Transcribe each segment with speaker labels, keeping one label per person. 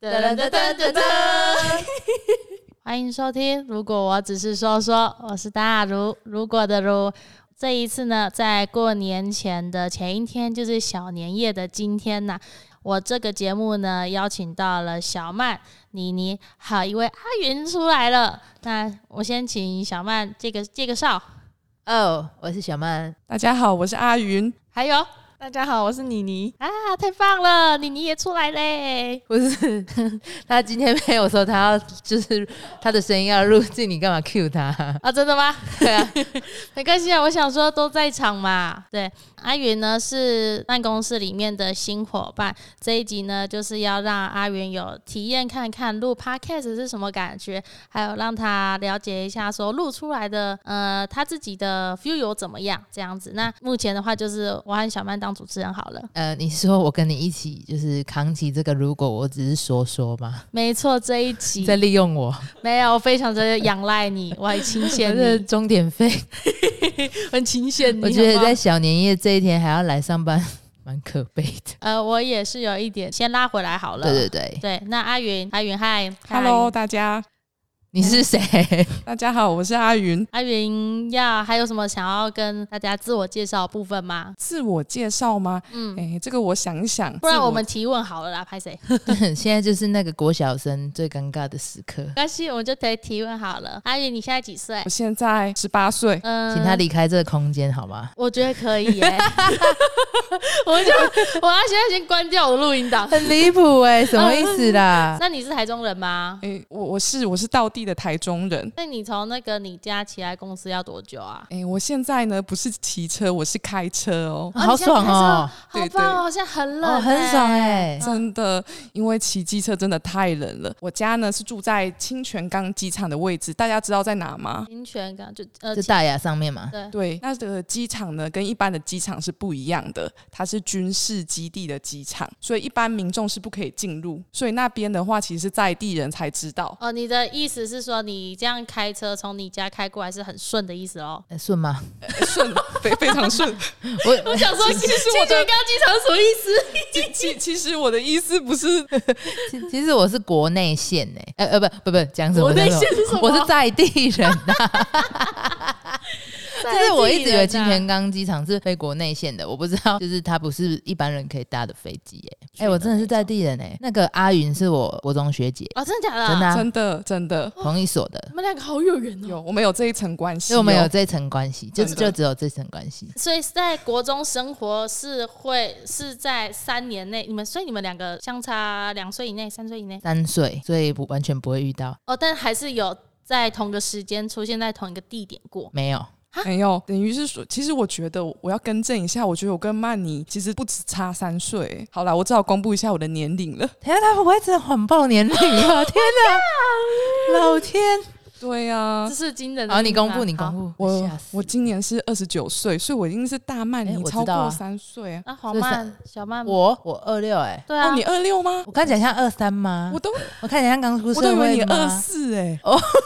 Speaker 1: 噔噔噔噔噔噔！欢迎收听。如果我只是说说，我是大如，如果的如。这一次呢，在过年前的前一天，就是小年夜的今天呐、我这个节目呢，邀请到了小曼、妮妮，还有一位阿云出来了。那我先请小曼介个介个绍，
Speaker 2: 哦，我是小曼。
Speaker 3: 大家好，我是阿云。
Speaker 1: 还有
Speaker 3: 大家好，我是妮妮。
Speaker 1: 啊，太棒了，妮妮也出来嘞。
Speaker 2: 不是，他今天没有说他要，就是他的声音要入进，你干嘛 cue 他？
Speaker 1: 啊，真的吗？
Speaker 2: 对啊，
Speaker 1: 没关系啊，我想说都在场嘛。对，阿云呢是办公室里面的新伙伴，这一集呢就是要让阿云有体验看看录 podcast 是什么感觉，还有让他了解一下说录出来的呃他自己的 feel 有怎么样这样子。那目前的话就是我和小曼当主持人好了。
Speaker 2: 呃，你是说我跟你一起就是扛起这个？如果我只是说说吗？
Speaker 1: 没错，这一集
Speaker 2: 在利用我，
Speaker 1: 没有，我非常的仰赖你， 我很钦羡
Speaker 2: 这是
Speaker 1: 你，
Speaker 2: 钟点费。
Speaker 1: 很钦羡 你。
Speaker 2: 我觉得
Speaker 1: 好不好
Speaker 2: 在小年夜这一天还要来上班， 蛮可悲的。
Speaker 1: 呃，我也是有一点，先拉回来好了。
Speaker 2: 对对对，
Speaker 1: 对，那阿云，阿云嗨
Speaker 3: Hello，
Speaker 1: 嗨
Speaker 3: 大家，
Speaker 2: 你是 谁？
Speaker 3: 大家好，我是阿云。
Speaker 1: 阿云要还有什么想要跟大家自我介绍的部分吗？
Speaker 3: 自我介绍吗？
Speaker 1: 嗯，
Speaker 3: 哎、这个我想一想。
Speaker 1: 不然
Speaker 3: 自
Speaker 1: 我们提问好了啦，拍谁？没
Speaker 2: 现在就是那个国小生最尴尬的时刻，
Speaker 1: 关系，我们就可以提问好了。阿云，你现在几岁
Speaker 3: 我？现在十八岁，
Speaker 1: 嗯，
Speaker 2: 请他离开这个空间好吗？
Speaker 1: 我觉得可以耶、 我就我要现在先关掉我录音档。
Speaker 2: 很离谱哎，什么意思啦？
Speaker 1: 那你是台中人吗？
Speaker 3: 哎、我我是我是道地的台中人。
Speaker 1: 那你从那个你家起来公司要多久啊？
Speaker 3: 哎、我现在呢不是骑车，我是开车哦。
Speaker 1: 哦
Speaker 2: 好爽哦！
Speaker 1: 你现在开车好
Speaker 3: 对对
Speaker 1: 棒哦！现在很冷、
Speaker 2: 哦，很爽哎、
Speaker 3: 真的，因为骑机车真的太冷了。我家呢是住在清泉岗机场的位置，大家知道在哪吗？
Speaker 1: 金泉港就呃
Speaker 2: 就大雅上面嘛。
Speaker 1: 对
Speaker 3: 对，那这个机场呢，跟一般的机场是不一样的，它是军事基地的机场，所以一般民众是不可以进入。所以那边的话，其实是在地人才知道。
Speaker 1: 哦，你的意思是说，你这样开车从你家开过来是很顺的意思 哦？
Speaker 2: 呃顺吗？
Speaker 3: 顺， 非非常顺。
Speaker 2: 我
Speaker 1: 我想说，
Speaker 3: 其实我的
Speaker 1: 刚机场什么意思？
Speaker 3: 其其其实我的意思不是，
Speaker 2: 其其实我是国内线呢、欸，呃呃不不不，讲什么？
Speaker 1: 国内
Speaker 2: 讲什么
Speaker 1: 线是什么
Speaker 2: 我是在地人 呐、就是我一直以为
Speaker 1: 啊
Speaker 2: 清泉岗机场是飞国内线的，我不知道，就是它不是一般人可以搭的飞机耶、欸。哎、我真的是在地人哎、那个阿云是我国中学姐，
Speaker 1: 哦，真的假的？
Speaker 2: 真的啊
Speaker 3: 真的真的
Speaker 2: 同一所的，
Speaker 1: 你们两个好有缘哦。
Speaker 3: 有，我们有这一层关系、
Speaker 2: 所
Speaker 3: 哦
Speaker 2: 以我们有，这层关系，就是
Speaker 3: 真的
Speaker 2: 就只有这层关系。
Speaker 1: 所以在国中生活是会是在三年内，你们所以你们两个相差两岁以内、三岁以内
Speaker 2: 三岁，所以不完全不会遇到，
Speaker 1: 哦，但还是有在同个时间出现在同一个地点过。
Speaker 2: 没有。
Speaker 3: 没有，等于是说，其实我觉得我要更正一下，我觉得我跟曼妮其实不止差三岁。好啦，我只好公布一下我的年龄了。
Speaker 2: 等一啊下他会不会真的谎报年龄啊？天哪，老天！
Speaker 3: 对呀、
Speaker 1: 哦这是惊人的地方。
Speaker 2: 好，你公布，你
Speaker 1: 好
Speaker 2: 公布，
Speaker 3: 我
Speaker 2: 吓死
Speaker 3: 我今年是二十九岁，所以我已经是大曼
Speaker 2: 哎
Speaker 3: 妮
Speaker 2: 我知
Speaker 3: 超
Speaker 2: 道啊
Speaker 3: 过三岁啊。
Speaker 1: 那黄
Speaker 2: 这是
Speaker 1: 曼、小曼，
Speaker 2: 我我二六哎，
Speaker 1: 对
Speaker 3: 哦
Speaker 1: 啊，，
Speaker 3: 你二六吗？
Speaker 2: 我看起来像二三吗
Speaker 3: 我？都
Speaker 2: 我看起来像刚嗯出
Speaker 3: 我都
Speaker 2: 社
Speaker 3: 以为
Speaker 2: 会
Speaker 3: 你
Speaker 2: 的
Speaker 3: 二
Speaker 2: 吗？哦
Speaker 3: 四哎，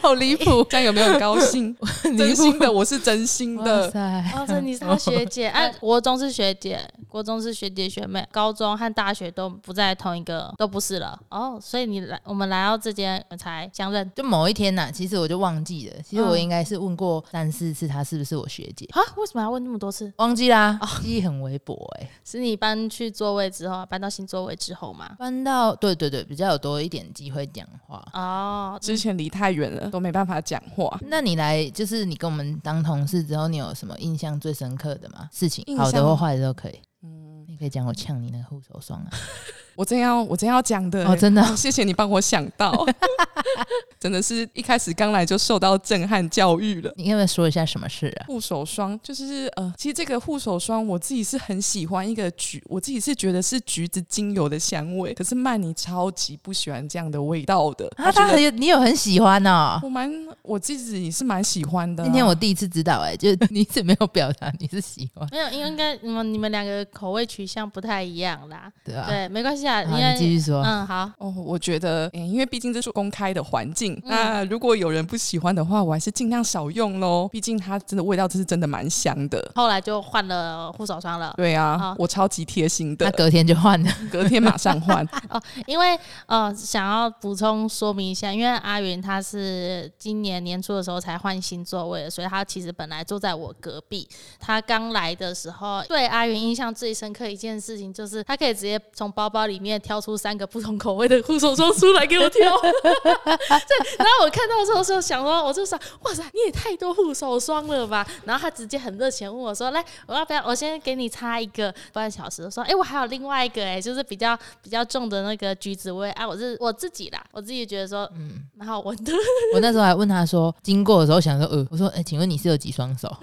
Speaker 2: 好离谱，
Speaker 3: 这样有没有很高 兴？真心的，我是真心
Speaker 2: 哇
Speaker 3: 的。
Speaker 2: 塞！
Speaker 1: 哦，这你是他学姐，哎、国中是学姐，国中是学姐学妹，高中和大学都不在同一个，都不是了。哦，所以你来，我们来到这间才相认
Speaker 2: 就某一天呐、其实我就忘记了，其实我应该是问过三四次她是不是我学姐，
Speaker 1: 啊？为什么要问那么多次？
Speaker 2: 忘记啦、
Speaker 3: 哦
Speaker 2: 记忆很微薄哎、
Speaker 1: 是你搬去座位之后，搬到新座位之后吗？
Speaker 2: 搬到对对对，比较有多一点机会讲话。
Speaker 1: 哦，
Speaker 3: 之前离太远了，都没办法讲话。
Speaker 2: 那你来就是你跟我们当同事之后，你有什么印象最深刻的吗？事情
Speaker 3: 印象
Speaker 2: 好的或坏的都可以。你可以讲我呛你那个护手霜啊。
Speaker 3: 我真要，我真要讲的、欸
Speaker 2: 哦真的
Speaker 3: 谢谢你帮我想 到，真的是一开始刚来就受到震撼教育了。
Speaker 2: 你要不要说一下什么事啊？
Speaker 3: 护手霜就是呃，其实这个护手霜我自己是很喜欢一个橘，我自己是觉得是橘子精油的香味，可是曼妮超级不喜欢这样的味道的。
Speaker 2: 啊，
Speaker 3: 她
Speaker 2: 他
Speaker 3: 觉得
Speaker 2: 很有你有很喜欢哦。
Speaker 3: 我蛮我自己是蛮喜欢的啊、
Speaker 2: 今天我第一次知道、哎，就是 你一直没有表达你是喜欢，
Speaker 1: 没有，因为应该你们你们两个口味取向不太一样啦。
Speaker 2: 对啊，
Speaker 1: 对，没关系，起来，因
Speaker 2: 好，
Speaker 1: 为
Speaker 2: 你继续说。
Speaker 1: 嗯，好，
Speaker 3: 哦，我觉得，诶因为毕竟这是公开的环境，
Speaker 2: 嗯
Speaker 3: 那如果有人不喜欢的话，我还是尽量少用喽。毕竟它真的味道，这是真的蛮香的。
Speaker 1: 后来就换了护手霜了。
Speaker 3: 对啊
Speaker 1: 好，
Speaker 3: 我超级贴心
Speaker 2: 那
Speaker 3: 的，
Speaker 2: 隔天就换了，
Speaker 3: 隔天马上换。
Speaker 1: 因为呃，想要补充说明一下，因为阿云他是今年年初的时候才换新座位的，所以他其实本来坐在我隔壁。他刚来的时候，对阿云印象最深刻一件事情就是，他可以直接从包包里面挑出三个不同口味的护手霜出来给我挑。 对，然后我看到之后就想说，我就想，哇塞，你也太多护手霜了吧？然后他直接很热情地问我说，来，我要不要？我先给你擦一个半小时。我说，哎、我还有另外一个、哎，就是比较比较重的那个橘子味啊，我是我自己啦，我自己觉得说，嗯，蛮好闻的。
Speaker 2: 我那时候还问他说，经过的时候想说，呃，我说，哎、请问你是有几双手？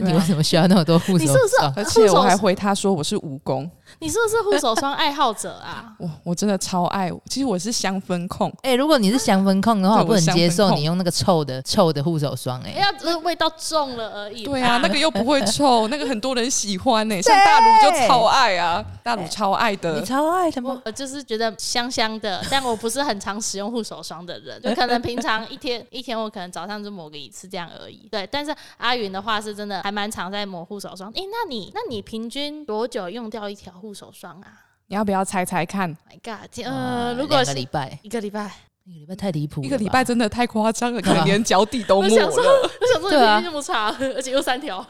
Speaker 2: 你为什么需要那么多护手
Speaker 1: 你是不是
Speaker 2: 霜？
Speaker 3: 而
Speaker 1: 护
Speaker 3: 且
Speaker 1: 手
Speaker 3: 我还回他说我是蜈蚣，
Speaker 1: 你是不是护手霜爱好者啊？
Speaker 3: 我我真的超爱。其实我是香氛控，
Speaker 2: 哎、如果你是香氛控的话，
Speaker 3: 对
Speaker 2: 我不
Speaker 3: 我
Speaker 2: 能
Speaker 3: 香
Speaker 2: 接
Speaker 3: 氛
Speaker 2: 受
Speaker 3: 控
Speaker 2: 你用那个臭的臭的护手霜、哎、
Speaker 1: 哎呀，只是味道重了而已。
Speaker 3: 对啊，那个又不 会臭，那个很多人喜欢呢、像大鲁就超爱啊，大鲁超爱的
Speaker 2: 你。超爱的吗？
Speaker 1: 我就是觉得香香 的，但我不是很常使用护手霜的人，就可能平常一天 一天我可能早上就抹个一次这样而已。对，但是阿云的话是真的还蛮常在抹护手霜。诶，那你那你平均多久用掉一条护手霜啊
Speaker 3: 你要不要猜猜看？
Speaker 1: ？My God，天呃，
Speaker 2: 哇
Speaker 1: 如果
Speaker 2: 两个
Speaker 1: 是
Speaker 2: 礼拜，
Speaker 1: 一个礼拜，
Speaker 2: 一个礼拜太离谱了吧，
Speaker 3: 一个礼拜真的太夸张了，可能连脚底都
Speaker 1: 我
Speaker 3: 没
Speaker 1: 想说，
Speaker 3: 了。
Speaker 1: 我想说
Speaker 2: 对 啊
Speaker 1: 你平均这么长，而且又三条，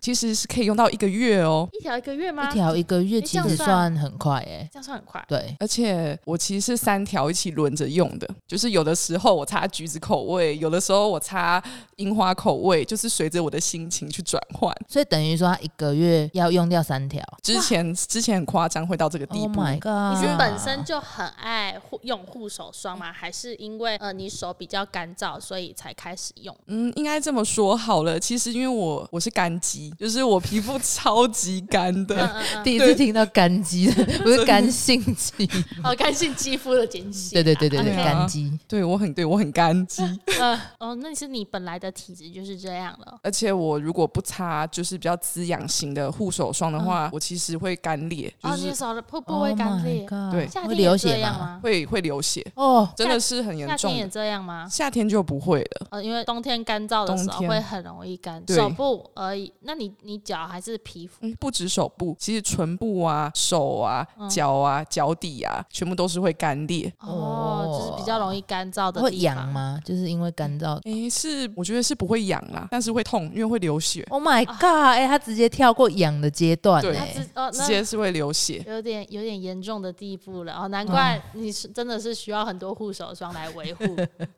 Speaker 3: 其实是可以用到一个月哦。
Speaker 1: 一条一个月吗？
Speaker 2: 一条一个月，
Speaker 1: 啊诶
Speaker 2: 其
Speaker 1: 这样
Speaker 2: 实
Speaker 1: 算
Speaker 2: 算很快、哎，
Speaker 1: 这样算很快。
Speaker 2: 对，
Speaker 3: 而且我其实是三条一起轮着用的，就是有的时候我擦橘子口味，有的时候我擦樱花口味，就是随着我的心情去转换。
Speaker 2: 所以等于说他一个月要用掉三条。
Speaker 3: 之前之前很夸张，会到这个地
Speaker 2: Oh
Speaker 3: 步。
Speaker 2: my god！
Speaker 1: 你是本身就很爱护用护手霜吗？还是因为呃你手比较干燥，所以才开始 用？
Speaker 3: 嗯，应该这么说好了。其实因为我我是干肌，就是我皮肤超级干
Speaker 1: 嗯
Speaker 3: 的。
Speaker 1: 嗯嗯。
Speaker 2: 第一次听到干肌，不是干性肌，
Speaker 1: 哦，干性肌肤的减洗、
Speaker 2: 对对对对
Speaker 3: 对
Speaker 2: 对，
Speaker 3: 啊
Speaker 2: 干肌。
Speaker 3: 对我很对我很干肌，
Speaker 1: 呃，哦，那是你本来的体质就是这样了。
Speaker 3: 而且我如果不擦就是比较滋养型的护手霜的话，我其实会干裂，就
Speaker 1: 嗯哦，你
Speaker 3: 是
Speaker 1: 的手的会不会干裂
Speaker 2: Oh my god
Speaker 3: 对
Speaker 1: 夏
Speaker 2: 会
Speaker 1: 天
Speaker 2: 流
Speaker 1: 也
Speaker 2: 血
Speaker 1: 这样啊
Speaker 2: 吗？
Speaker 1: 吗？
Speaker 3: 会会流血，
Speaker 2: 哦，
Speaker 3: 真的是很严
Speaker 1: 夏天
Speaker 3: 重
Speaker 1: 也
Speaker 3: 的。
Speaker 1: 这样吗？
Speaker 3: 夏天就不会了。
Speaker 1: 呃，因为冬天干燥的
Speaker 3: 冬
Speaker 1: 时候
Speaker 3: 天
Speaker 1: 会很容易干，
Speaker 3: 对
Speaker 1: 手部而已。那你你脚还是皮肤？
Speaker 3: 嗯，不止手部，其实唇部啊、手啊、脚啊、脚底啊，全部都是会干裂。
Speaker 1: 哦，就是比较容易干燥的
Speaker 2: 会
Speaker 1: 地
Speaker 2: 痒
Speaker 1: 方？嗯
Speaker 2: 吗？就是因为干燥。
Speaker 3: 诶，是我觉得是不会痒啦，但是会痛，因为会流血，
Speaker 2: Oh my god！哎，他直接跳过痒的阶段
Speaker 3: 对
Speaker 1: 它
Speaker 2: 哎
Speaker 1: 直哦，
Speaker 3: 直接
Speaker 1: 那
Speaker 3: 是会 流血。
Speaker 1: 有点有点严重的地步了哦，难怪你是真的是需要很多护手霜来维护。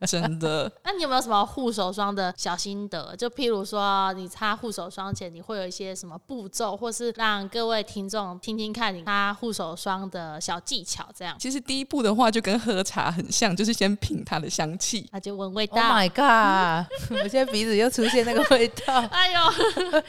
Speaker 3: 真的，
Speaker 1: 那你有没有什么护手霜的小心得？就譬如说，你擦护手霜前，你会有一些什么步骤，或是让各位听众听听看你擦护手霜的小技巧，这样
Speaker 3: 其实第一步的话就跟喝茶很像，就是先品它的香气。
Speaker 1: 那就闻味
Speaker 2: ！Oh
Speaker 1: 道。。
Speaker 2: my god！我现在鼻子又出现那个味道
Speaker 3: 嗯
Speaker 1: 哎呦，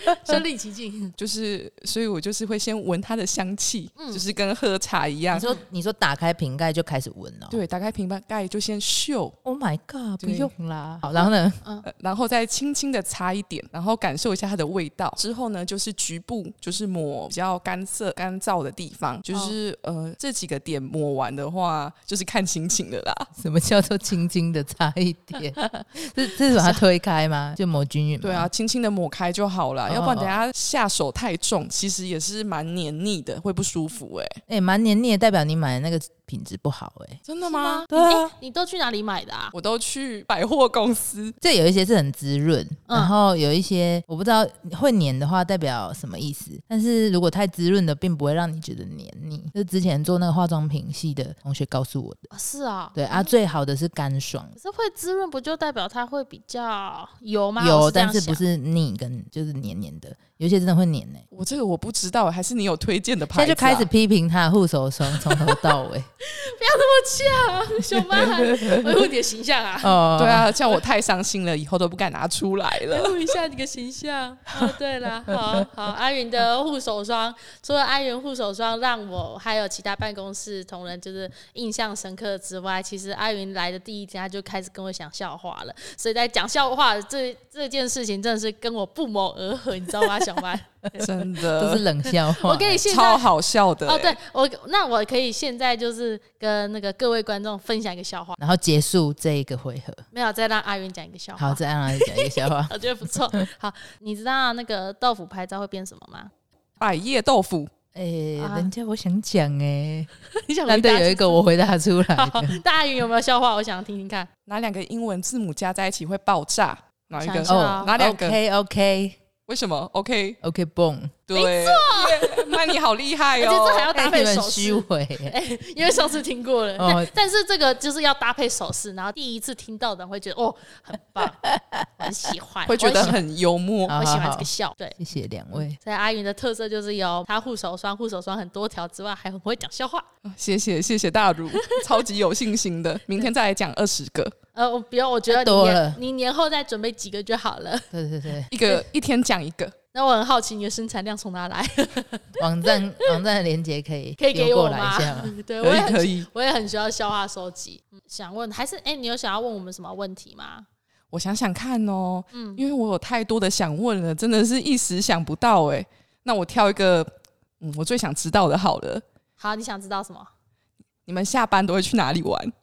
Speaker 1: 身临其境。
Speaker 3: 就是，所以我就是会先闻它的香气，就是跟喝茶一样
Speaker 2: 你。说你说打开瓶盖就开始闻了
Speaker 3: 对，打开瓶盖就先嗅，
Speaker 2: ？Oh my god！不
Speaker 3: 对
Speaker 2: 用啦。好，然后呢？
Speaker 3: 呃然后再轻轻的擦一点，然后感受一下它的味道。之后呢，就是局部，就是抹比较干涩、干燥的地
Speaker 2: 哦
Speaker 3: 方，就是、呃这几个点抹完的话，就是看心情了啦。
Speaker 2: 什么叫做轻轻的擦一点？ 这这是把它推开吗？就抹均匀吗？
Speaker 3: 对啊，轻轻的抹开就好了，要不然
Speaker 2: 嗯哦
Speaker 3: 等下下手太重，其实也是蛮黏腻的，会不舒服哎、
Speaker 2: 哎、蛮黏腻的，代表你买的那个品质不好哎、
Speaker 3: 真的吗？
Speaker 1: 对啊、你都去哪里买的啊？
Speaker 3: 我都去百货公司，
Speaker 2: 这有一些是很滋润，
Speaker 1: 嗯
Speaker 2: 然后有一些我不知道会黏的话代表什么意思，但是如果太滋润的，并不会让你觉得黏腻。就是之前做那个化妆品系的同学告诉我的，
Speaker 1: 哦是啊、
Speaker 2: 对啊，最好的是干爽。
Speaker 1: 可是会滋润，不就代表它会比较油吗？我
Speaker 2: 有，
Speaker 1: 这样
Speaker 2: 但是不
Speaker 1: 想
Speaker 2: 是腻跟就是黏黏的，有一些真的会黏欸呢、
Speaker 3: 我这个我不知道，还是你有推荐的
Speaker 2: 现
Speaker 3: 牌
Speaker 2: 在
Speaker 3: 子、
Speaker 2: 就
Speaker 3: 啊？
Speaker 2: 开始批评他的护手霜从头到尾
Speaker 1: 不 像熊妈维护你的形象啊，
Speaker 2: 哦
Speaker 3: 对，啊，叫我太伤心了，以后都不敢拿出来了。
Speaker 1: 维护一下你的形象。哦，对啦，好好，阿云的护手霜，除了阿云护手霜让我还有其他办公室同仁就是印象深刻之外，其实阿云来的第一天他就开始跟我讲笑话了，所以在讲笑话这这件事情真的是跟我不谋而合，你知道吗，小讲 完。
Speaker 3: 真
Speaker 2: 都
Speaker 3: 的
Speaker 2: 是冷笑话。
Speaker 1: 我可以现在
Speaker 3: 超好笑的、
Speaker 1: 哦，对我那我可以现在就是跟那个各位观众分享一个笑话，
Speaker 2: 然后结束这一个回合。
Speaker 1: 没有再让阿云讲一个笑话。
Speaker 2: 好，再让他讲一个笑
Speaker 1: 。
Speaker 2: 话
Speaker 1: 我觉得不错。好，你知道那个豆腐拍照会变什么吗？
Speaker 3: 百叶豆腐，
Speaker 2: 哎、
Speaker 1: 啊
Speaker 2: 人家我想讲哎、
Speaker 1: 你想
Speaker 2: 难得有一
Speaker 1: 个
Speaker 2: 个我回答出来
Speaker 1: 好
Speaker 2: 的。，
Speaker 1: 大阿云有没有笑话？我想听听看。
Speaker 3: 哪两个英文字母加在一起会爆炸？哪一
Speaker 1: 想一
Speaker 3: 个？
Speaker 1: 下哦
Speaker 3: 哪两个
Speaker 2: OK OK
Speaker 3: 为什么？OK，
Speaker 2: OK 蹦，
Speaker 3: 对， 那你好厉
Speaker 1: 而
Speaker 3: 害
Speaker 1: 且这还
Speaker 3: 哦！
Speaker 1: 要搭
Speaker 2: 哎
Speaker 1: 配
Speaker 2: 你们
Speaker 1: 手
Speaker 2: 虚
Speaker 1: 势， 哎
Speaker 2: 伪、
Speaker 1: 因为上次听过了，
Speaker 2: 哦
Speaker 1: 但 但是这个就是要搭配手势，然后第一次听到的人会觉得哦，很棒， 我很喜欢，
Speaker 3: 会觉得
Speaker 1: 我喜欢
Speaker 3: 很幽默。
Speaker 2: 好
Speaker 1: 我喜
Speaker 2: 好
Speaker 1: 欢
Speaker 2: 好
Speaker 1: 这个，笑，对。
Speaker 2: 谢谢两位。
Speaker 1: 所以阿云的特色就是有她护手霜，护手霜很多条之外，还很会讲笑话。
Speaker 3: 啊谢谢谢谢大 如，超级有信心的。明天再来讲二十个，
Speaker 1: 呃，我比如我觉得
Speaker 2: 太
Speaker 1: 你
Speaker 2: 多
Speaker 1: 年
Speaker 2: 了
Speaker 1: 你年后再准备几个就好了。
Speaker 2: 对对对，
Speaker 3: 一个一天讲一个。
Speaker 1: 那我很好奇你的生产量从哪 来，
Speaker 2: 网站 网站的链接可以
Speaker 1: 可以给
Speaker 2: 丢
Speaker 1: 我
Speaker 2: 过来
Speaker 1: 吗
Speaker 2: 一下吗？？
Speaker 1: 对，我
Speaker 3: 可
Speaker 1: 也
Speaker 3: 以
Speaker 1: 很
Speaker 3: 可以，
Speaker 1: 我也很需要消化收集。嗯想问，还是哎、你有想要问我们什么问题吗？
Speaker 3: 我想想看哦，
Speaker 1: 嗯
Speaker 3: 因为我有太多的想问了，真的是一时想不到哎。那我挑一个，嗯，我最想知道的好了。
Speaker 1: 好，你想知道什么？
Speaker 3: 你们下班都会去哪里玩？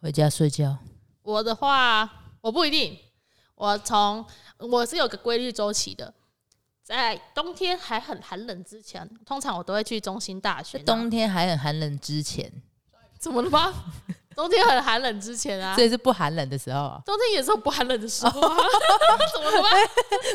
Speaker 2: 回家睡觉。
Speaker 1: 我的话，我不一定。我从我是有个规律周期的，在冬天还很寒冷之前，通常我都会去中心大学。啊
Speaker 2: 冬天还很寒冷之前，
Speaker 1: 怎么了 吗？冬天很寒冷之前啊
Speaker 2: 所，以是哦不寒冷的时 候啊，
Speaker 1: 冬天也是有不寒冷的时候啊， 怎么了吗？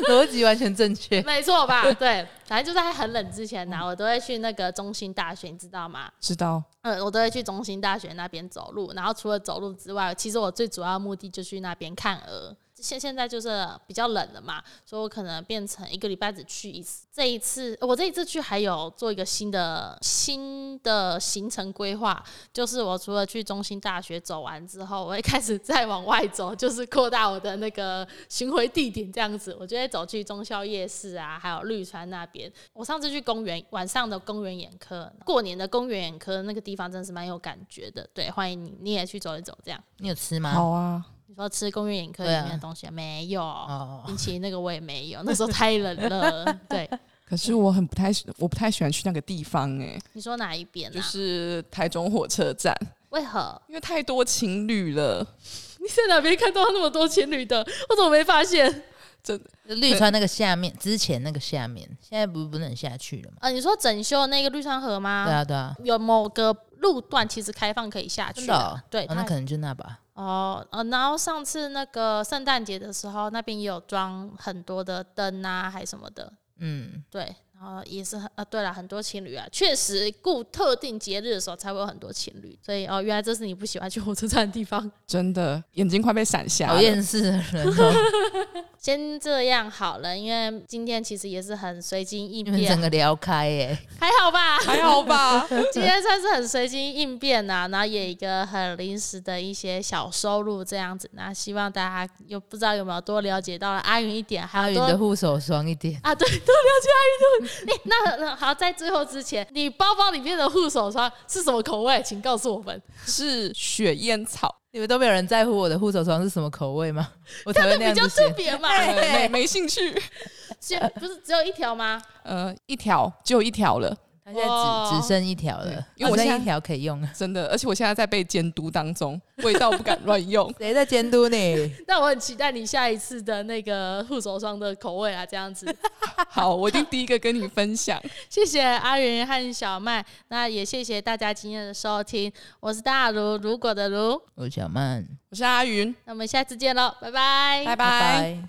Speaker 2: 逻辑完全正确。
Speaker 1: 没错吧？对，反正就在很冷之前呢、啊
Speaker 2: 嗯
Speaker 1: 我都会去那个中心大学，你知道吗？
Speaker 3: 知道
Speaker 1: 嗯，我都会去中心大学那边走路，然后除了走路之外，其实我最主要的目的就去那边看鹅。现现在就是比较冷了嘛，所以我可能变成一个礼拜只去一次。这一次呃我这一次去还有做一个新的新的行程规划，就是我除了去中心大学走完之后，我会开始再往外走，就是扩大我的那个巡回地点这样子。我就会走去中校夜市啊，还有绿川那边。我上次去公园，晚上的公园眼科，过年的公园眼科那个地方真的是蛮有感觉的。对，欢迎你，你也去走一走。这样，
Speaker 2: 你有吃吗？哦
Speaker 3: 好啊，
Speaker 1: 你说吃公园眼科里
Speaker 2: 对啊
Speaker 1: 面的东西、没有？
Speaker 2: 哦，
Speaker 1: 冰淇淋那个我也没有，那时候太冷了。对，
Speaker 3: 可是我很不太，我不太喜欢去那个地方哎、
Speaker 1: 你说哪一边
Speaker 3: 就
Speaker 1: 啊？
Speaker 3: 是台中火车站，
Speaker 1: 为何？
Speaker 3: 因为太多情侣了，
Speaker 1: 你在哪边看到那么多情侣的？我怎么没发现？
Speaker 3: 真的
Speaker 2: 就绿川那个下面，之前那个下面，现在不不能下去了吗？
Speaker 1: 呃，你说整修那个绿川河吗？
Speaker 2: 对啊，对啊，
Speaker 1: 有某个路段其实开放可以下去啊
Speaker 2: 真的哦，
Speaker 1: 对，
Speaker 2: 哦那
Speaker 1: 它
Speaker 2: 可能就那吧。
Speaker 1: 哦，呃，然后上次那个圣诞节的时候，那边也有装很多的灯啊，还什么的，
Speaker 2: 嗯，
Speaker 1: 对，然后也是很呃，对了，很多情侣啊，确实顾特定节日的时候才会有很多情侣，所以哦，原来这是你不喜欢去火车站的地方。
Speaker 3: 真的眼睛快被闪瞎
Speaker 2: 讨
Speaker 3: 了。
Speaker 2: 厌世的人哦，
Speaker 1: 先这样好了，因为今天其实也是很随机应
Speaker 2: 你们整
Speaker 1: 变，
Speaker 2: 个聊开耶、
Speaker 1: 还好吧？
Speaker 3: 还好吧，
Speaker 1: 今天算是很随机应变呐、然后也一个很临时的一些小收入这样子，那希望大家又不知道有没有多了解到了阿云一点，还
Speaker 2: 阿
Speaker 1: 有
Speaker 2: 云
Speaker 1: 多
Speaker 2: 的护手霜一点，
Speaker 1: 啊，对，多了解阿云的。你那那好，在最后之前，你包包里面的护手霜是什么口味？请告诉我们。
Speaker 3: 是雪烟草，
Speaker 2: 你们都没有人在乎我的护手霜是什么口味 吗？我才会那
Speaker 1: 比
Speaker 2: 样
Speaker 1: 较
Speaker 2: 子
Speaker 1: 特
Speaker 2: 写。哎
Speaker 1: 别嘛，
Speaker 3: 呃没没兴趣。
Speaker 1: 只有不是只有一条吗？
Speaker 3: 呃，一条只有一条了，
Speaker 2: 他现在
Speaker 1: 哦
Speaker 2: 只只剩一条了，
Speaker 3: 因为我
Speaker 2: 只
Speaker 3: 现
Speaker 2: 剩
Speaker 3: 在
Speaker 2: 一条可以用了。
Speaker 3: 真的，而且我现在在被监督当中，味道不敢乱
Speaker 2: 。
Speaker 3: 用
Speaker 2: 谁在监督你？
Speaker 1: 那我很期待你下一次的那个护手霜的口味啊，这样子。
Speaker 3: 好，我一定第一个跟你分享。
Speaker 1: 谢谢阿云和小麦，那也谢谢大家今天的收听，我是大如，如果的如，
Speaker 2: 我是小曼，
Speaker 3: 我是阿云，
Speaker 1: 那我们下次见喽，拜拜，
Speaker 2: 拜
Speaker 3: 拜拜
Speaker 2: 拜。